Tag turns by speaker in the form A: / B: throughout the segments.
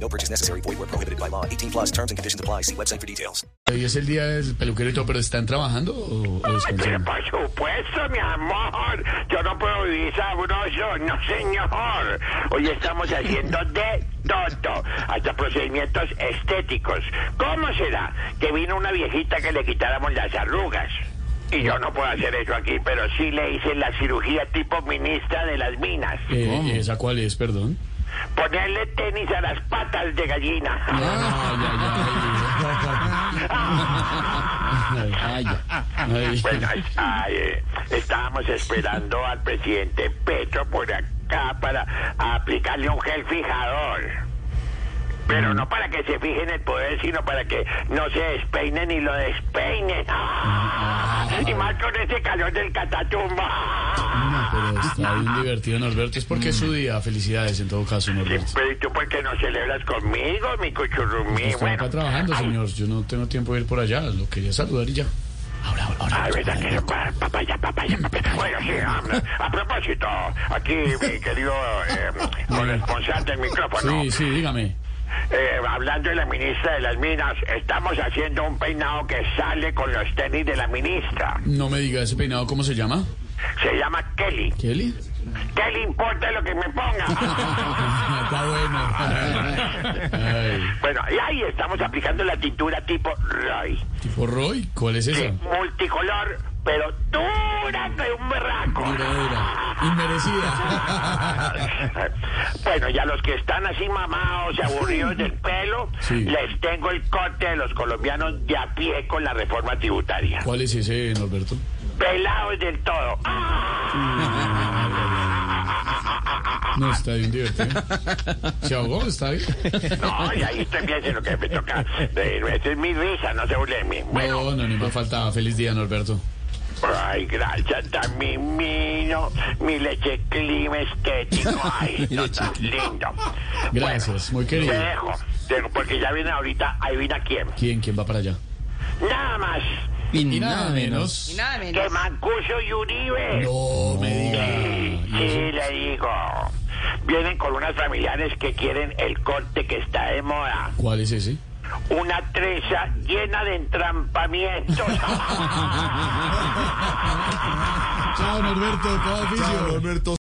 A: No purchase necessary. Void where prohibited by law. 18 plus terms and conditions apply. See website for details.
B: hoy es el día del peluquero y todo, pero ¿están trabajando o, o
C: Pero
B: descansando?
C: por supuesto, mi amor, yo no puedo vivir sabroso, no señor. Hoy estamos haciendo de todo, hasta procedimientos estéticos. ¿Cómo será que vino una viejita que le quitáramos las arrugas? Y yo no puedo hacer eso aquí, pero sí le hice la cirugía tipo ministra de las minas.
B: Eh, ¿Esa cuál es, perdón?
C: Ponerle tenis a las patas de gallina.
B: Ah. Ay, ay, ay.
C: Bueno, ay, ay, Pues eh, estábamos esperando al presidente Petro por acá para aplicarle un gel fijador.
B: Mm.
C: Pero no para que se fije en el poder, sino para que no se despeinen y lo despeinen. ¡Ah!
B: Mm.
C: Y más con ese calor del catatumba.
B: No, pero está bien divertido, Norberto. Es porque es su día. Felicidades en todo caso, Norberto.
C: Pero ¿y tú por qué no celebras conmigo, mi cuchurrumí?
B: Estaba acá Pues trabajando,
C: ay,
B: señor. Yo no tengo tiempo de ir por allá. Lo quería saludar y ya. Ahora, ahora.
C: Ay, verdad que papaya, papaya, papaya. Bueno, sí, a, a propósito, aquí mi querido eh, corresponsal del micrófono.
B: Sí, sí, dígame.
C: Eh, hablando de la ministra de las Minas, estamos haciendo un peinado que sale con los tenis de la ministra.
B: No me diga ese peinado, ¿cómo se llama?
C: Se llama Kelly.
B: ¿Kelly?
C: ¿Qué le importa lo que me ponga?
B: Está bueno. Ay,
C: bueno, y ahí estamos aplicando la tintura tipo Roy.
B: tipo Roy, ¿cuál es
C: Sí,
B: esa?
C: multicolor, pero dura que un berraco.
B: Dura, dura. Inmerecida.
C: Bueno, ya los que están así mamados y aburridos del pelo,
B: Sí.
C: les tengo el corte de los colombianos de a pie con la reforma tributaria.
B: ¿Cuál es ese, Norberto?
C: Pelados del todo. ¡Ah!
B: No, está bien divertido. Se ahogó, está bien.
C: No, y ahí usted piense lo que me toca. Eh, Esa es mi risa, no se burle de mí. Bueno,
B: No, no, ni me faltaba. Feliz día, Norberto.
C: ay, gracias a mi mino, mi leche clima estético. Ay, no, tan lindo.
B: Gracias, muy
C: Te
B: querido.
C: dejo, te dejo, porque ya viene ahorita, ahí viene a quién.
B: ¿Quién, quién va para allá?
C: Nada más
B: Y nada menos.
D: Nada menos.
C: que Mancuso y Uribe.
B: No me
C: Sí,
B: diga. Ah, ¿Y eso?
C: sí, le digo. Vienen con unas familiares que quieren el corte que está de moda.
B: ¿Cuál es ese?
C: Una trenza llena de entrampamientos.
B: Chao, Norberto. Todo Norberto.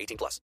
E: 18 plus.